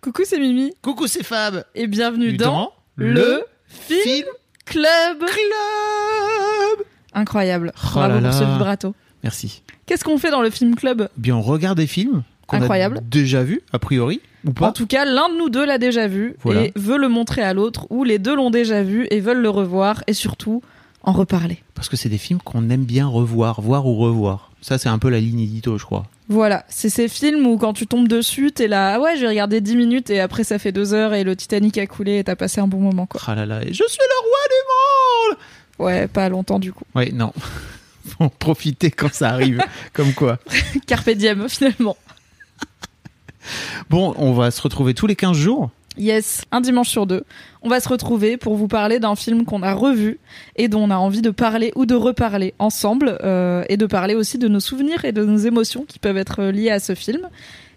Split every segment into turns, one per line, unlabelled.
Coucou, c'est Mimi
Coucou, c'est Fab.
et bienvenue dans,
le,
le Film, Club.
club.
Incroyable.
Oh
Bravo
là
pour ce
là.
vibrato.
Merci. Eh
Qu'est-ce qu'on fait dans le Film Club
Bien, on regarde des films qu'on
Incroyable.
a déjà vus, a priori, ou
En
pas
tout cas, l'un de nous deux l'a déjà vu
Voilà.
et veut le montrer à l'autre, ou les deux l'ont déjà vu et veulent le revoir et surtout en reparler.
Parce que c'est des films qu'on aime bien revoir, voir ou revoir. Ça, c'est un peu la ligne édito, je crois.
Voilà, c'est ces films où quand tu tombes dessus, t'es là, ah ouais, j'ai regardé 10 minutes et après ça fait 2 heures et le Titanic a coulé et t'as passé un bon moment quoi.
Ah là là, et je suis le roi du monde
Ouais, pas longtemps du coup.
Ouais, non. Faut en profiter quand ça arrive, comme quoi.
Carpe diem finalement.
Bon, on va se retrouver tous les 15 jours.
Yes, un dimanche sur deux, on va se retrouver pour vous parler d'un film qu'on a revu et dont on a envie de parler ou de reparler ensemble euh, et de parler aussi de nos souvenirs et de nos émotions qui peuvent être liées à ce film.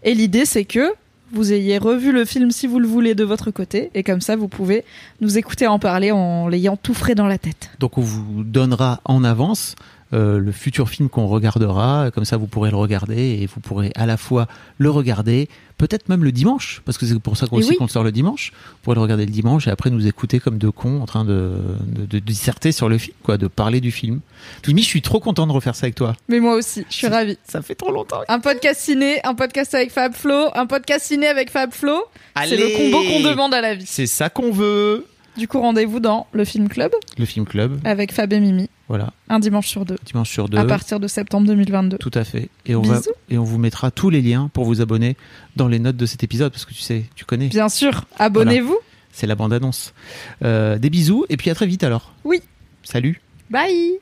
Et l'idée c'est que vous ayez revu le film si vous le voulez de votre côté et comme ça vous pouvez nous écouter en parler en l'ayant tout frais dans la tête.
Donc on vous donnera en avance euh, le futur film qu'on regardera, comme ça vous pourrez le regarder et vous pourrez à la fois le regarder, peut-être même le dimanche, parce que c'est pour ça qu'on
Et
aussi
oui.
qu'on le sort le dimanche, vous pourrez le regarder le dimanche et après nous écouter comme deux cons en train de, de, de disserter sur le film, quoi, de parler du film. Mimi, je suis trop content de refaire ça avec toi.
Mais moi aussi, je suis
C'est-
ravie.
Ça fait trop longtemps.
Un podcast ciné, un podcast avec Fab Flo, un podcast ciné avec Fab Flo. C'est le combo qu'on demande à la vie.
C'est ça qu'on veut.
Du coup, rendez-vous dans le Film Club
Le film club,
avec Fab et Mimi,
voilà,
un dimanche sur deux,
dimanche sur deux.
à partir de septembre 2022.
Tout à fait. Et on, va,
Bisous.
et on vous mettra tous les liens pour vous abonner dans les notes de cet épisode, parce que tu sais, tu connais,
Bien sûr, abonnez-vous.
c'est la bande-annonce. Euh, des bisous, et puis à très vite alors.
Oui.
Salut.
Bye